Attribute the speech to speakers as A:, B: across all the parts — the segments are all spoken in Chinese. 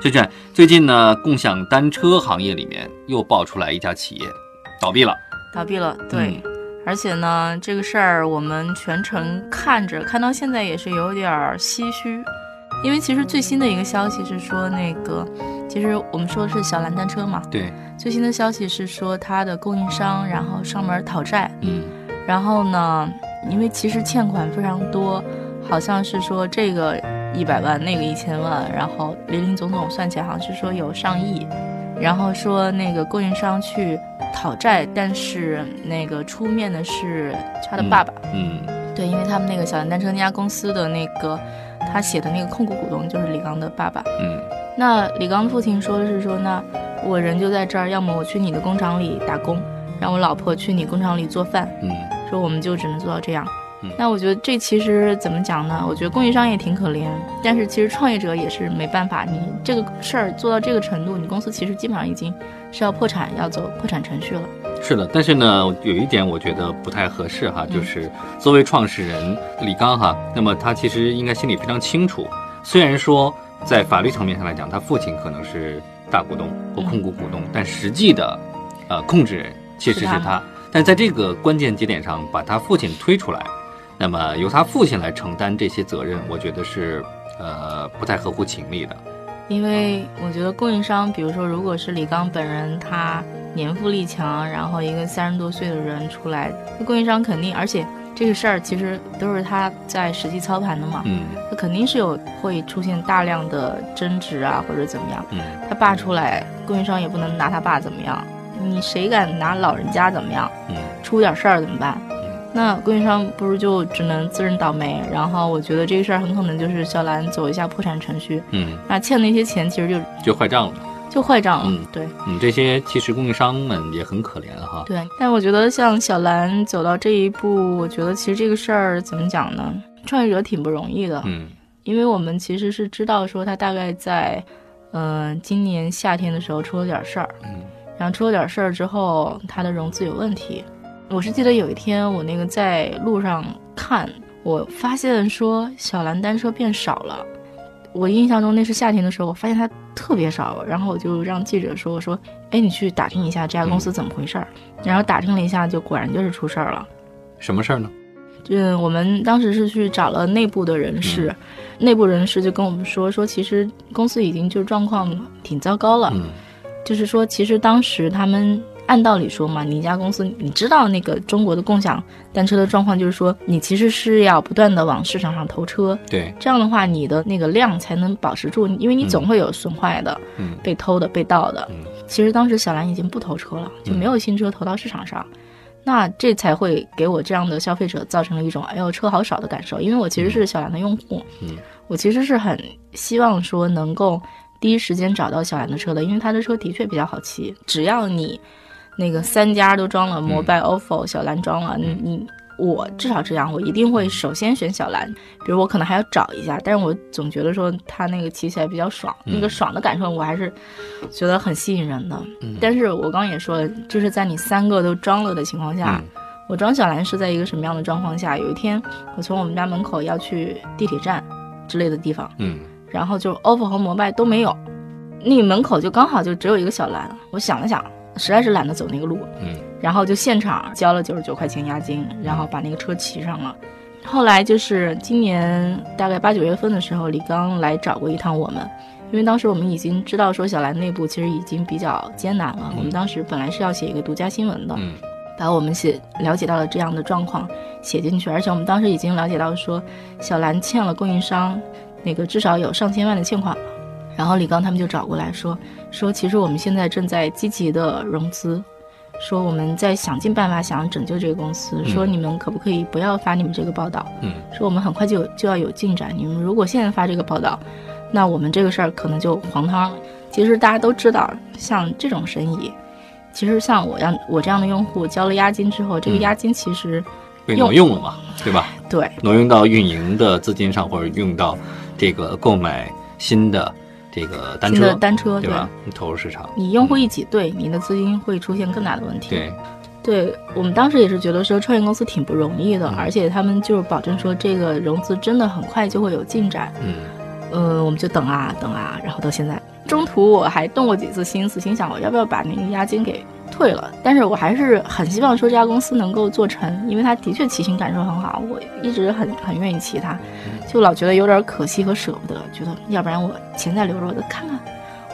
A: 就这，最近呢，共享单车行业里面又爆出来一家企业倒闭了。
B: 倒闭了，对。而且呢，这个事儿我们全程看着，看到现在也是有点儿唏嘘，因为其实最新的一个消息是说，那个其实我们说是小蓝单车嘛，
A: 对，
B: 最新的消息是说它的供应商然后上门讨债，
A: 嗯，
B: 然后呢，因为其实欠款非常多，好像是说这个一百万，那个一千万，然后零零总总算起来好像是说有上亿，然后说那个供应商去讨债，但是那个出面的是他的爸爸，
A: 嗯，
B: 对，因为他们那个小蓝单车那家公司的那个他写的那个控股股东就是李刚的爸爸，
A: 嗯，
B: 那李刚父亲说的是说，那我人就在这儿，要么我去你的工厂里打工，让我老婆去你工厂里做饭。
A: 嗯，
B: 说我们就只能做到这样
A: 嗯。
B: 那我觉得这其实怎么讲呢？我觉得供应商也挺可怜，但是其实创业者也是没办法，你这个事儿做到这个程度，你公司其实基本上已经是要破产，要走破产程序了。
A: 嗯，是的。但是呢，有一点我觉得不太合适哈，
B: 嗯
A: 就是作为创始人李刚哈，那么他其实应该心里非常清楚，虽然说在法律层面上来讲，他父亲可能是大股东或控股股东，但实际的呃控制人其实是
B: 嗯是
A: 他
B: 他。
A: 但在这个关键节点上，把他父亲推出来，那么由他父亲来承担这些责任，我觉得是呃不太合乎情理的。
B: 因为我觉得供应商，比如说，如果是李刚本人，他年富力强，然后一个三十多岁的人出来，那供应商肯定，而且这个事儿其实都是他在实际操盘的嘛，
A: 嗯
B: 他肯定是有会出现大量的争执啊，或者怎么样。
A: 嗯
B: 他爸出来，供应商也不能拿他爸怎么样，你谁敢拿老人家怎么样？
A: 嗯
B: 出点事儿怎么办
A: 嗯？
B: 那供应商不如就只能自认倒霉。然后我觉得这个事儿很可能就是小兰走一下破产程序，
A: 嗯，
B: 那欠那些钱其实就
A: 就坏账了。
B: 就坏账了。
A: 嗯
B: 对
A: 嗯，这些其实供应商们也很可怜哈。
B: 对，但我觉得像小兰走到这一步，我觉得其实这个事儿怎么讲呢？创业者挺不容易的，
A: 嗯
B: 因为我们其实是知道说他大概在，嗯、今年夏天的时候出了点事儿，
A: 嗯
B: 然后出了点事儿之后，他的融资有问题。我是记得有一天我那个在路上看，我发现说小蓝单车变少了。我印象中那是夏天的时候，我发现它特别少，然后我就让记者说：“我说，哎，你去打听一下这家公司怎么回事儿。然后打听了一下，就果然就是出事儿了。
A: 什么事儿呢？
B: 嗯，我们当时是去找了内部的人士，内部人士就跟我们说说，其实公司已经就状况挺糟糕了，
A: 嗯
B: 就是说，其实当时他们按道理说嘛，你一家公司，你知道那个中国的共享单车的状况，就是说你其实是要不断的往市场上投车，
A: 对，
B: 这样的话你的那个量才能保持住，因为你总会有损坏的、
A: 嗯
B: 被偷的、被盗的。
A: 嗯
B: 其实当时小蓝已经不投车了，就没有新车投到市场上。那这才会给我这样的消费者造成了一种“哎呦，车好少”的感受，因为我其实是小蓝的用户，
A: 嗯
B: 我其实是很希望说能够第一时间找到小蓝的车的，因为他的车的确比较好骑，只要你那个三家都装了
A: 嗯
B: Mobile、ofo、小蓝装了，你你我至少这样，我一定
A: 嗯
B: 会首先选小蓝，比如我可能还要找一下，但是我总觉得说它那个骑起来比较爽，
A: 嗯
B: 那个爽的感受我还是觉得很吸引人的。
A: 嗯
B: 但是我刚刚也说了，就是在你三个都装了的情况下，
A: 嗯
B: 我装小蓝是在一个什么样的状况下？有一天我从我们家门口要去地铁站之类的地方，
A: 嗯
B: 然后就是 OPPO 和摩拜都没有，那门口就刚好就只有一个小蓝。我想了想，实在是懒得走那个路，
A: 嗯，
B: 然后就现场交了九十九块钱押金，然后把那个车骑上了。后来就是今年大概八九月份的时候，李刚来找过一趟我们，因为当时我们已经知道说小蓝内部其实已经比较艰难了。
A: 嗯
B: 我们当时本来是要写一个独家新闻的，
A: 嗯
B: 把我们写了解到的这样的状况写进去，而且我们当时已经了解到说，小兰欠了供应商那个至少有上千万的欠款了。然后李刚他们就找过来说，说其实我们现在正在积极的融资，说我们在想尽办法想要拯救这个公司，
A: 嗯
B: 说你们可不可以不要发你们这个报道，
A: 嗯
B: 说我们很快就有就要有进展，你们如果现在发这个报道，那我们这个事儿可能就黄汤了。其实大家都知道，像这种生意，其实像我让我这样的用户交了押金之后，这个
A: 嗯
B: 押金其实、
A: 被挪用了嘛，对吧？
B: 对
A: 挪用到运营的资金上，或者用到这个购买新的这个单
B: 新
A: 车
B: 的，单车
A: 对吧？投入市场，嗯
B: 你用户一挤兑，你的资金会出现更大的问题。
A: 对，
B: 对我们当时也是觉得说创业公司挺不容易的，
A: 嗯
B: 而且他们就是保证说这个融资真的很快就会有进展。
A: 嗯
B: 呃，我们就等啊等啊，然后到现在，中途我还动过几次心思，心想我要不要把那个押金给退了，但是我还是很希望说这家公司能够做成，因为它的确骑行感受很好，我一直很很愿意骑它，
A: 嗯
B: 就老觉得有点可惜和舍不得，觉得要不然我钱再留着，我再看看，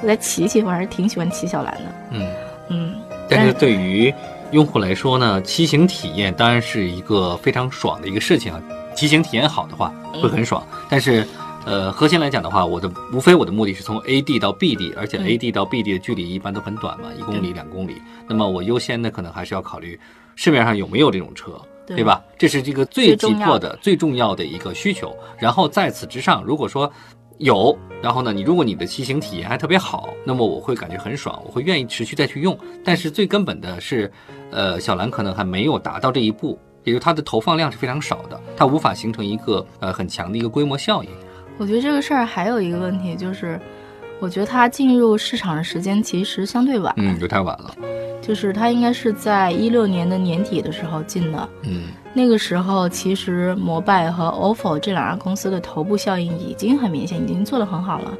B: 我再骑一骑，我还是挺喜欢骑小蓝的，
A: 嗯。
B: 嗯，
A: 但是
B: 但
A: 对于用户来说呢，骑行体验当然是一个非常爽的一个事情啊。骑行体验好的话会很爽，但是，呃，核心来讲的话，我的无非我的目的是从 A 地到 B 地，而且
B: 嗯
A: A 地到 B 地的距离一般都很短嘛，一公里、两公里。那么我优先的可能还是要考虑市面上有没有这种车，
B: 对
A: 对吧？这是这个最
B: 最
A: 急
B: 重
A: 迫
B: 要
A: 的、最重要的一个需求。然后在此之上，如果说有，然后呢，你如果你的骑行体验还特别好，那么我会感觉很爽，我会愿意持续再去用。但是最根本的是，呃，小蓝可能还没有达到这一步，也就是它的投放量是非常少的，它无法形成一个呃很强的一个规模效应。
B: 我觉得这个事儿还有一个问题就是，我觉得它进入市场的时间其实相对晚，
A: 嗯，有点晚了。
B: 就是它应该是在一六年的年底的时候进的。
A: 嗯
B: 那个时候，其实摩拜和 ofo 这两家公司的头部效应已经很明显，已经做得很好了，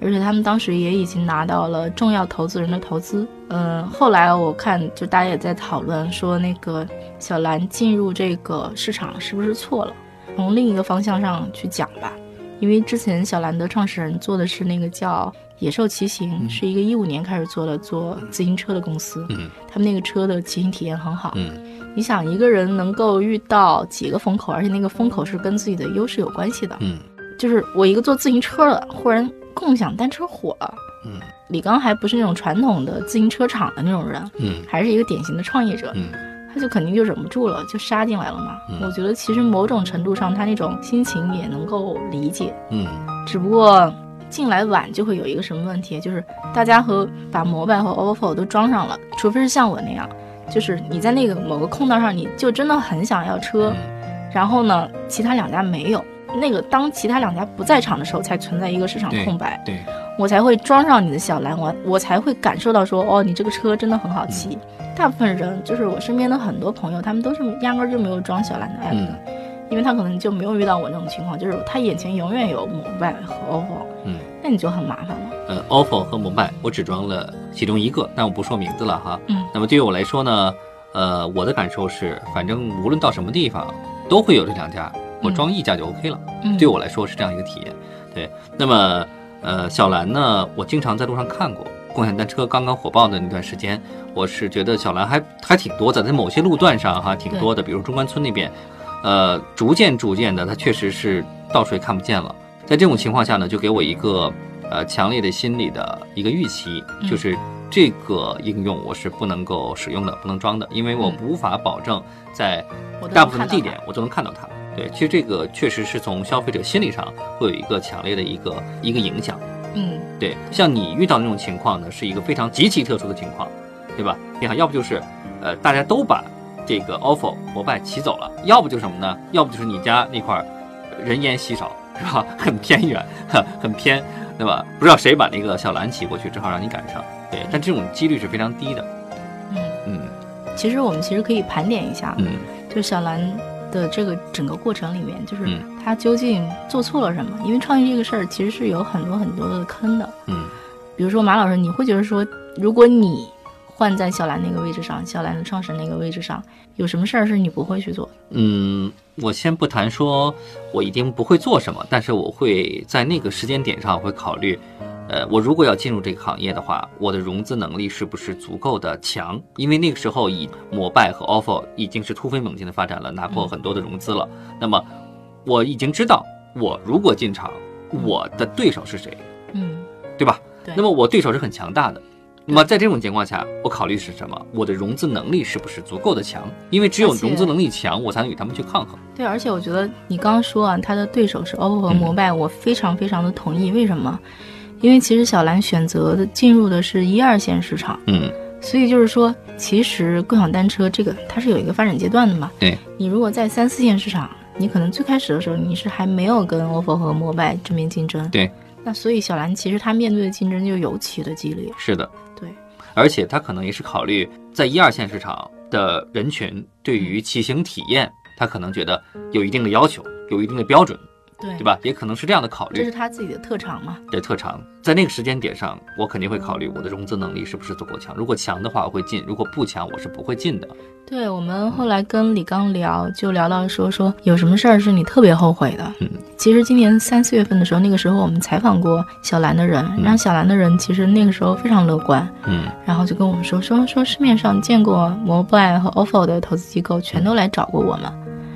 B: 而且他们当时也已经拿到了重要投资人的投资。嗯，后来我看就大家也在讨论说，那个小蓝进入这个市场是不是错了？从另一个方向上去讲吧，因为之前小蓝的创始人做的是那个叫野兽骑行，是一个一五年开始做的做自行车的公司，
A: 嗯
B: 他们那个车的骑行体验很好。
A: 嗯
B: 你想一个人能够遇到几个风口，而且那个风口是跟自己的优势有关系的。
A: 嗯
B: 就是我一个做自行车的，忽然共享单车火了。
A: 嗯
B: 李刚还不是那种传统的自行车厂的那种人，
A: 嗯
B: 还是一个典型的创业者，
A: 嗯
B: 他就肯定就忍不住了，就杀进来了嘛。
A: 嗯
B: 我觉得其实某种程度上，他那种心情也能够理解，
A: 嗯
B: 只不过进来晚就会有一个什么问题，就是大家和把摩拜和 OPPO 都装上了，除非是像我那样，就是你在那个某个空档上，你就真的很想要车，
A: 嗯
B: 然后呢，其他两家没有。那个当其他两家不在场的时候，才存在一个市场
A: 对
B: 空白，
A: 对，
B: 我才会装上你的小蓝，我我才会感受到说，哦，你这个车真的很好骑。大部分人就是我身边的很多朋友，他们都是压根儿就没有装小蓝的 app
A: 嗯
B: 的，因为他可能就没有遇到我这种情况，就是他眼前永远有摩拜和 ofo，
A: 嗯。
B: 那你就很麻烦了。
A: 呃，OFO 和摩拜，我只装了其中一个，但我不说名字了哈。
B: 嗯
A: 那么对于我来说呢，呃，我的感受是，反正无论到什么地方，都会有这两家，我
B: 嗯
A: 装一家就 OK 了。
B: 嗯，
A: 对我来说是这样一个体验。对，那么呃，小蓝呢，我经常在路上看过。共享单车刚刚火爆的那段时间，我是觉得小蓝还还挺多的，在某些路段上哈挺多的，比如中关村那边，呃，逐渐逐渐的，它确实是到处也看不见了。在这种情况下呢，就给我一个呃强烈的心理的一个预期，
B: 嗯
A: 就是这个应用我是不能够使用的，不能装的，因为我
B: 嗯
A: 无法保证在
B: 我都能
A: 大部分的
B: 看到
A: 地
B: 它
A: 点我都能看到它。对，其实这个确实是从消费者心理上会有一个强烈的一个一个影响。
B: 嗯，
A: 对，像你遇到那种情况呢，是一个非常极其特殊的情况，对吧？你看，要不就是，呃，大家都把这个 offer 摩拜骑走了，要不就是什么呢？要不就是你家那块儿呃人烟稀少，是吧？ 很偏远，呵很偏，对吧？不知道谁把那个小蓝骑过去，正好让你赶上。对，但这种几率是非常低的。
B: 嗯
A: 嗯
B: 其实我们其实可以盘点一下，
A: 嗯
B: 就是小兰的这个整个过程里面，就是
A: 嗯
B: 她究竟做错了什么？因为创业这个事儿其实是有很多很多的坑的。
A: 嗯
B: 比如说马老师，你会觉得说，如果你换在小兰那个位置上，小兰的创始人那个位置上，有什么事儿是你不会去做的？
A: 嗯，我先不谈说我一定不会做什么，但是我会在那个时间点上会考虑，呃，我如果要进入这个行业的话，我的融资能力是不是足够的强？因为那个时候以摩拜和 ofo 已经是突飞猛进的发展了，拿过很多的融资了。那么我已经知道，我如果进场，我的对手是谁，
B: 嗯，
A: 对吧？
B: 对。
A: 那么我对手是很强大的。那么在这种情况下，我考虑是什么？我的融资能力是不是足够的强？因为只有
B: 而且
A: 融资能力强，我才能与他们去抗衡。
B: 对，而且我觉
A: 嗯
B: 得你刚刚说啊，他的对手是 OPPO 和摩拜，我非常非常的同意。为什么？因为其实小兰选择的进入的是一二线市场，
A: 嗯，
B: 所以就是说，其实共享单车这个它是有一个发展阶段的嘛。
A: 对，
B: 你如果在三四线市场，你可能最开始的时候你是还没有跟 ofo 和 mobile 正面竞争。
A: 对，
B: 那所以小兰其实她面对的竞争就尤其的激烈。
A: 是的，
B: 对，
A: 而且它可能也是考虑在一二线市场的人群对于
B: 嗯
A: 骑行体验，他可能觉得有一定的要求，有一定的标准，
B: 对，
A: 对？吧？也可能是这样的考
B: 这
A: 虑。
B: 是她自己的特长嘛。
A: 对特长，在那个时间点上，我肯定会考虑我的融资能力是不是足够强。如果强的话，我会进；如果不强，我是不会进的。
B: 对我们后来跟李刚聊，就聊到说说有什么事儿是你特别后悔的。
A: 嗯，
B: 其实今年三四月份的时候，那个时候我们采访过小兰的人，然后小兰的人其实那个时候非常乐观，
A: 嗯
B: 然后就跟我们说说说市面上见过 Mobile 和 Ofo 的投资机构全都来找过我们，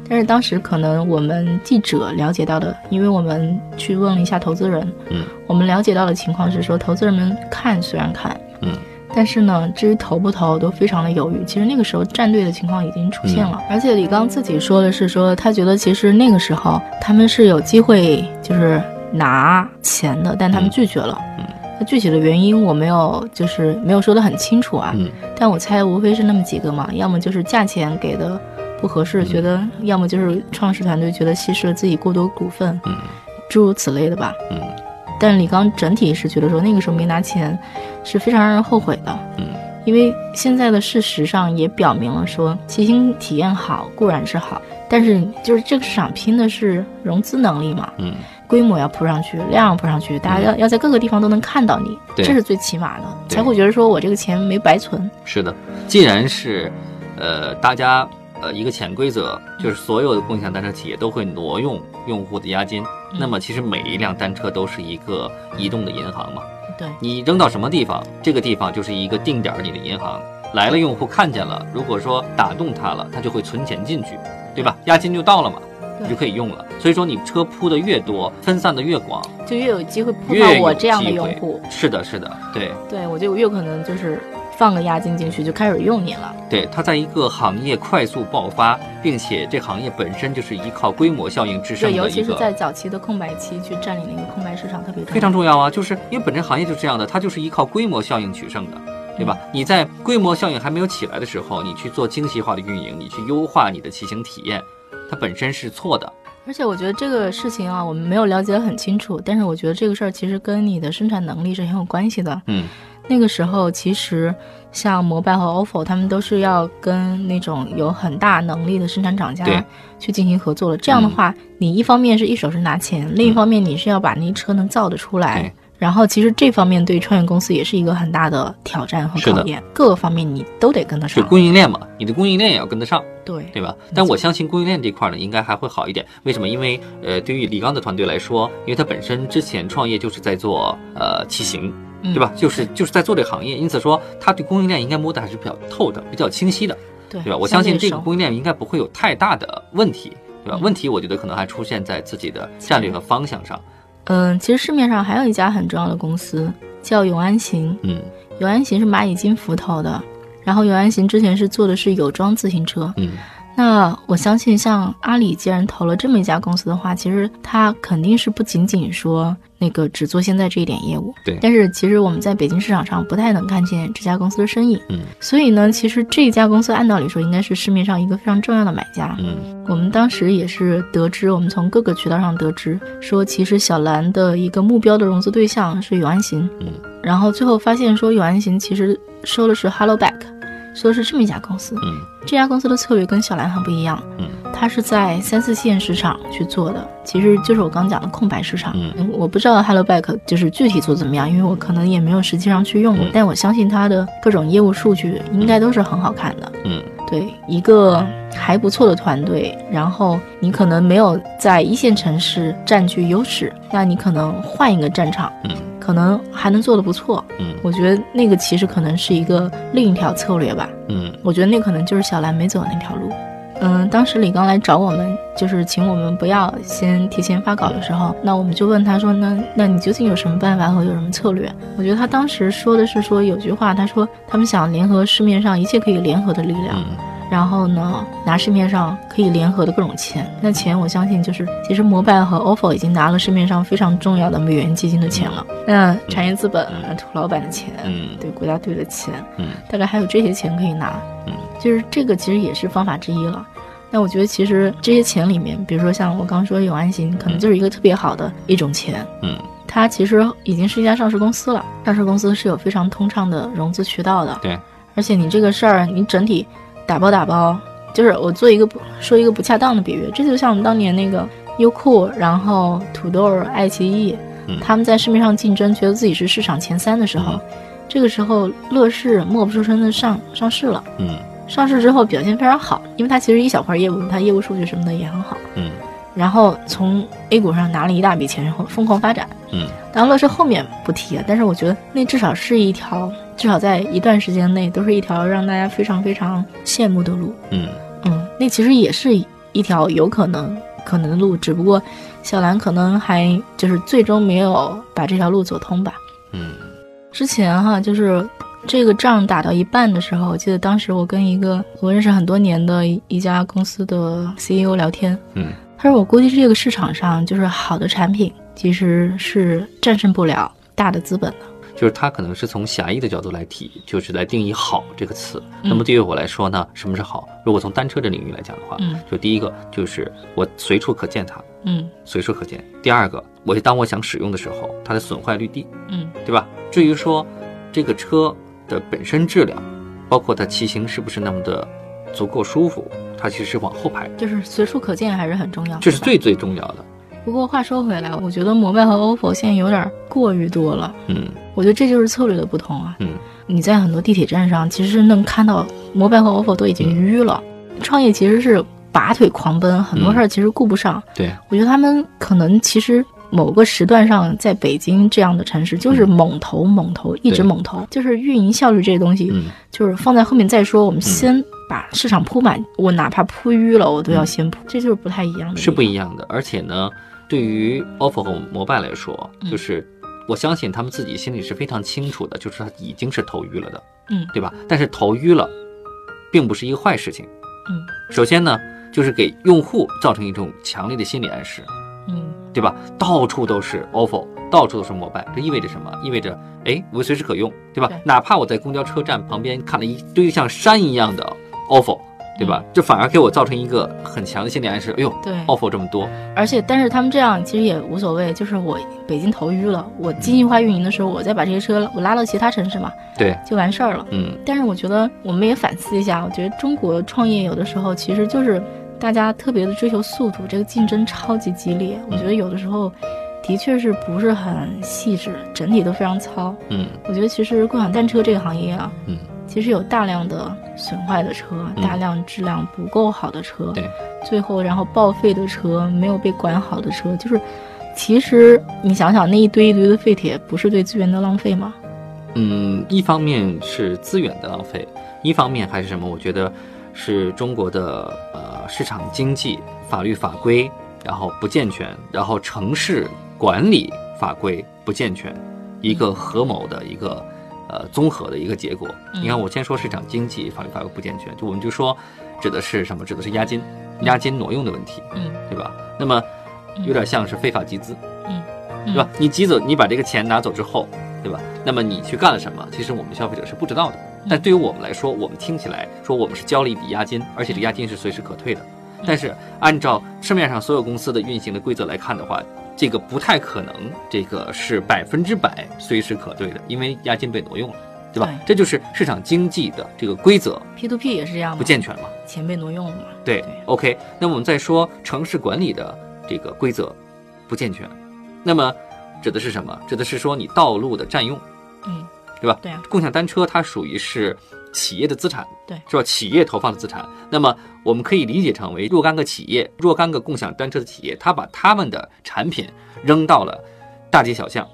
B: 但是当时可能我们记者了解到的，因为我们去问了一下投资人，
A: 嗯，
B: 我们了解到的情况是说，投资人们看虽然看，
A: 嗯，
B: 但是呢，至于投不投都非常的犹豫。其实那个时候站队的情况已经出现
A: 嗯
B: 了，而且李刚自己说的是说，他觉得其实那个时候他们是有机会就是拿钱的，但他们
A: 嗯
B: 拒绝了。
A: 嗯
B: 那具体的原因我没有，就是没有说得很清楚啊。
A: 嗯，
B: 但我猜无非是那么几个嘛，要么就是价钱给的不合适，觉得；要么就是创始团队觉得稀释了自己过多股份，
A: 嗯
B: 诸如此类的吧。
A: 嗯
B: 但李刚整体是觉得说，那个时候没拿钱是非常让人后悔的。
A: 嗯，
B: 因为现在的事实上也表明了说，骑行体验好固然是好，但是就是这个市场拼的是融资能力嘛，
A: 嗯，
B: 规模要铺上去，量要铺上去，大家要、要在各个地方都能看到你，
A: 对
B: 这是最起码的，
A: 对
B: 才会觉得说我这个钱没白存。
A: 是的。既然是，呃，大家呃一个潜规则，
B: 嗯
A: 就是所有的共享单车企业都会挪用用户的押金，
B: 嗯
A: 那么其实每一辆单车都是一个移动的银行嘛。
B: 对，
A: 你扔到什么地方，这个地方就是一个定点儿你的银行。来了用户看见了，如果说打动他了，他就会存钱进去，对吧？押金就到了嘛，你
B: 对
A: 就可以用了。所以说你车铺的越多，分散的越广，
B: 就越有机会碰到
A: 越有
B: 我这样的
A: 机
B: 用
A: 会
B: 户，
A: 是的，是的，对
B: 对我就越可能就是放个押金进去就开始用你了。
A: 对。它在一个行业快速爆发，并且这行业本身就是依靠规模效应制胜
B: 对，
A: 的
B: 尤
A: 一
B: 其是
A: 个。
B: 在早期的空白期去占领那个空白市场特别重要
A: 非常重要啊，就是因为本身行业就是这样的，它就是依靠规模效应取胜的，对吧？
B: 嗯
A: 你在规模效应还没有起来的时候，你去做精细化的运营，你去优化你的骑行体验，它本身是错的。
B: 而且我觉得这个事情啊，我们没有了解得很清楚，但是我觉得这个事儿其实跟你的生产能力是很有关系的。
A: 嗯
B: 那个时候其实像摩拜和 ofo 他们都是要跟那种有很大能力的生产厂
A: 对嗯
B: 家去进行合作了。这样的话，你一方面是一手是拿钱，另一方面你是要把那车能造得出来
A: 对。
B: 然后其实这方面对创业公司也是一个很大的挑战和
A: 是的
B: 考验，各个方面你都得跟得
A: 是
B: 上。
A: 供应链嘛，你的供应链也要跟得上，
B: 对
A: 对吧？
B: 错
A: 但我相信供应链这块呢，应该还会好一点。为什么？因为呃，对于李刚的团队来说，因为他本身之前创业就是在做呃骑行，
B: 嗯
A: 对吧？就是就是在做这个行业，因此说他对供应链应该摸得还是比较透的，比较清晰的。
B: 对
A: 对吧？我相信这个
B: 相对
A: 供应链应该不会有太大的问题，对吧？
B: 嗯
A: 问题我觉得可能还出现在自己的战略和方向上。
B: 嗯，其实市面上还有一家很重要的公司叫永安行，
A: 嗯
B: 永安行是蚂蚁金服投的。然后永安行之前是做的是有装自行车，
A: 嗯，
B: 那我相信像阿里既然投了这么一家公司的话，其实它肯定是不仅仅说那个只做现在这一点业务，
A: 对
B: 但是其实我们在北京市场上不太能看见这家公司的身影，
A: 嗯，
B: 所以呢，其实这家公司按道理说应该是市面上一个非常重要的买家，
A: 嗯
B: 我们当时也是得知，我们从各个渠道上得知，说其实小蓝的一个目标的融资对象是永安行，
A: 嗯，
B: 然后最后发现说永安行其实收的是 Hello Back，收的是这么一家公司，
A: 嗯
B: 这家公司的策略跟小蓝很不一样，
A: 嗯，
B: 它是在三四线市场去做的，其实就是我刚讲的空白市场，
A: 嗯
B: 嗯，我不知道 Hello Back 就是具体做怎么样，因为我可能也没有实际上去用过，
A: 嗯
B: 但我相信它的各种业务数据应该都是很好看的，
A: 嗯
B: 对一个还不错的团队，然后你可能没有在一线城市占据优势，那你可能换一个战场，
A: 嗯
B: 可能还能做得不错。
A: 嗯
B: 我觉得那个其实可能是一个另一条策略吧。
A: 嗯
B: 我觉得那可能就是小兰没走的那条路。嗯，当时李刚来找我们，就是请我们不要先提前发稿的时候，那我们就问他说：“那那你究竟有什么办法和有什么策略？”我觉得他当时说的是说有句话，他说他们想联合市面上一切可以联合的力量。
A: 嗯
B: 然后呢，拿市面上可以联合的各种钱。那钱我相信就是，其实摩拜和 ofo 已经拿了市面上非常重要的美元基金的钱了。那产业资本、土老板的钱，
A: 嗯
B: 对国家队的钱，
A: 嗯
B: 大概还有这些钱可以拿。
A: 嗯，
B: 就是这个其实也是方法之一了。那我觉得其实这些钱里面，比如说像我刚说永安行，可能就是一个特别好的一种钱。
A: 嗯
B: 它其实已经是一家上市公司了，上市公司是有非常通畅的融资渠道的。
A: 对，
B: 而且你这个事儿，你整体打包打包，就是我做一个不说一个不恰当的比喻，这就像当年那个优酷，然后土豆、爱奇艺，
A: 嗯
B: 他们在市面上竞争，觉得自己是市场前三的时候，
A: 嗯
B: 这个时候乐视默不出声的上上市了。
A: 嗯
B: 上市之后表现非常好，因为它其实一小块业务，它业务数据什么的也很好。
A: 嗯
B: 然后从 A 股上拿了一大笔钱，然后疯狂发展。
A: 嗯
B: 当然乐视后面不提了，啊但是我觉得那至少是一条，至少在一段时间内都是一条让大家非常非常羡慕的路。
A: 嗯
B: 嗯，那其实也是一条有可能可能的路，只不过小兰可能还就是最终没有把这条路走通吧。
A: 嗯
B: 之前哈，就是这个仗打到一半的时候，我记得当时我跟一个我认识很多年的一一家公司的 CEO 聊天，
A: 嗯
B: 他说我估计这个市场上就是好的产品其实是战胜不了大的资本的。
A: 就是它可能是从狭义的角度来提，就是来定义“好”这个词。那么对于我来说呢，什么是好？如果从单车这领域来讲的话，
B: 嗯
A: 就第一个就是我随处可见它，
B: 嗯
A: 随处可见；第二个，我当我想使用的时候，它的损坏率低，
B: 嗯
A: 对吧？至于说这个车的本身质量，包括它骑行是不是那么的足够舒服，它其实是往后排，
B: 就是随处可见还是很重要。
A: 这是
B: 吧
A: 最最重要的。
B: 不过话说回来，我觉得摩拜和 OPPO 现在有点过于多了。
A: 嗯
B: 我觉得这就是策略的不同啊。
A: 嗯
B: 你在很多地铁站上，其实是能看到摩拜和 OPPO 都已经
A: 嗯
B: 淤了。创业其实是拔腿狂奔，很多
A: 嗯
B: 事儿其实顾不上。
A: 对，
B: 我觉得他们可能其实某个时段上，在北京这样的城市，就是
A: 嗯
B: 猛投猛投，一直
A: 对
B: 猛投，就是运营效率这些东西，
A: 嗯
B: 就是放在后面再说。我们先把市场铺满，我哪怕铺淤了，我都要
A: 嗯
B: 先铺，这就是不太一样的地方。
A: 是不一样的。而且呢，对于 OPPO 和摩拜来说，
B: 嗯
A: 就是我相信他们自己心里是非常清楚的，就是它已经是头晕了的，
B: 嗯
A: 对吧？但是头晕了，并不是一个坏事情。
B: 嗯
A: 首先呢，就是给用户造成一种强烈的心理暗示，
B: 嗯
A: 对吧？到处都是 OFO，到处都是摩拜，这意味着什么？意味着，哎，我随时可用，对吧？
B: 对
A: 哪怕我在公交车站旁边看了一堆像山一样的 OFO，对吧？这反而给我造成一个很强的心理暗示，哎呦
B: 嗯对。
A: ，OFO 这么多，
B: 而且，但是他们这样其实也无所谓，就是我北京头晕了，我精细化运营的时候，我再把这些车我拉到其他城市嘛，
A: 对，
B: 就完事儿了。
A: 嗯
B: 但是我觉得我们也反思一下，我觉得中国创业有的时候其实就是大家特别的追求速度，这个竞争超级激烈，我觉
A: 嗯
B: 得有的时候的确是不是很细致，整体都非常糙。
A: 嗯
B: 我觉得其实共享单车这个行业啊，
A: 嗯，
B: 其实有大量的损坏的车，
A: 嗯
B: 大量质量不够好的车，
A: 对，
B: 最后然后报废的车，没有被管好的车，就是，其实你想想那一堆一堆的废铁，不是对资源的浪费吗？
A: 嗯，一方面是资源的浪费，一方面还是什么？我觉得是中国的呃市场经济法律法规然后不健全，然后城市管理法规不健全，一个合谋的一个呃综合的一个结果。
B: 嗯
A: 你看，我先说市场经济法律法规不健全，就我们就说指的是什么？指的是押金、押金挪用的问题，
B: 嗯
A: 对吧？那么
B: 嗯
A: 有点像是非法集资。
B: 嗯
A: 对吧？你集走，你把这个钱拿走之后，对吧？那么你去干了什么？其实我们消费者是不知道的。
B: 嗯
A: 但对于我们来说，我们听起来说我们是交了一笔押金，而且这押金是随时可退的。但是按照市面上所有公司的运行的规则来看的话，这个不太可能，这个是百分之百随时可退的，因为押金被挪用了，对吧？
B: 对
A: 这就是市场经济的这个规则
B: ？P to P 也是这样吗？
A: 不健全嘛。
B: 钱被挪用了嘛？
A: 对，OK。那么我们再说城市管理的这个规则不健全，那么指的是什么？指的是说你道路的占用，
B: 嗯，
A: 对吧？
B: 对啊，
A: 共享单车它属于是企业的资产，
B: 对
A: 是吧？企业投放的资产，那么我们可以理解成为若干个企业、若干个共享单车的企业，它把他们的产品扔到了大街小巷，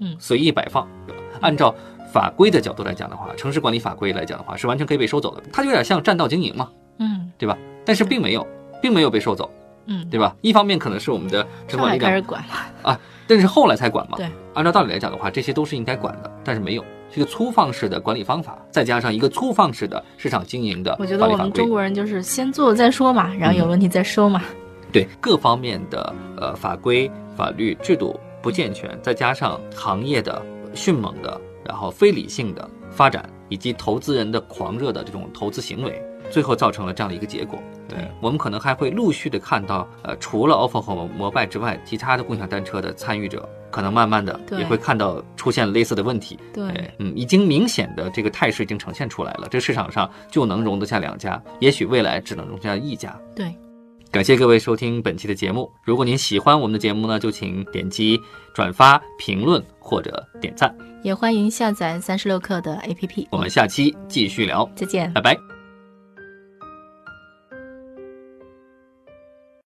B: 嗯
A: 随意摆放。对吧按照法规的角度来讲的话，城市管理法规来讲的话，是完全可以被收走的。它就有点像占道经营嘛，
B: 嗯
A: 对吧？但是并没有，并没有被收走。
B: 嗯，
A: 对吧？一方面可能是我们的城
B: 上
A: 管
B: 海
A: 力
B: 开始
A: 量，
B: 管了，
A: 但是后来才管嘛。
B: 对，
A: 按照道理来讲的话，这些都是应该管的，但是没有。是一个粗放式的管理方法，再加上一个粗放式的市场经营的
B: 我
A: 法律
B: 觉
A: 法
B: 得
A: 规。嗯
B: 我们中国人就是先做再说嘛，然后有问题再说嘛。
A: 对各方面的呃法规、法律制度不健全，再加上行业的迅猛的，然后非理性的发展，以及投资人的狂热的这种投资行为，最后造成了这样的一个结果。对我们可能还会陆续的看到，呃，除了 ofo 和摩拜之外，其他的共享单车的参与者，可能慢慢的
B: 对
A: 也会看到出现类似的问题。
B: 对
A: 哎，嗯，已经明显的这个态势已经呈现出来了，这市场上就能容得下两家，也许未来只能容得下一家。
B: 对，
A: 感谢各位收听本期的节目。如果您喜欢我们的节目呢，就请点击转发、评论或者点赞。
B: 也欢迎下载三十六课的 APP。
A: 我们下期继续聊，
B: 再见。
A: 拜拜。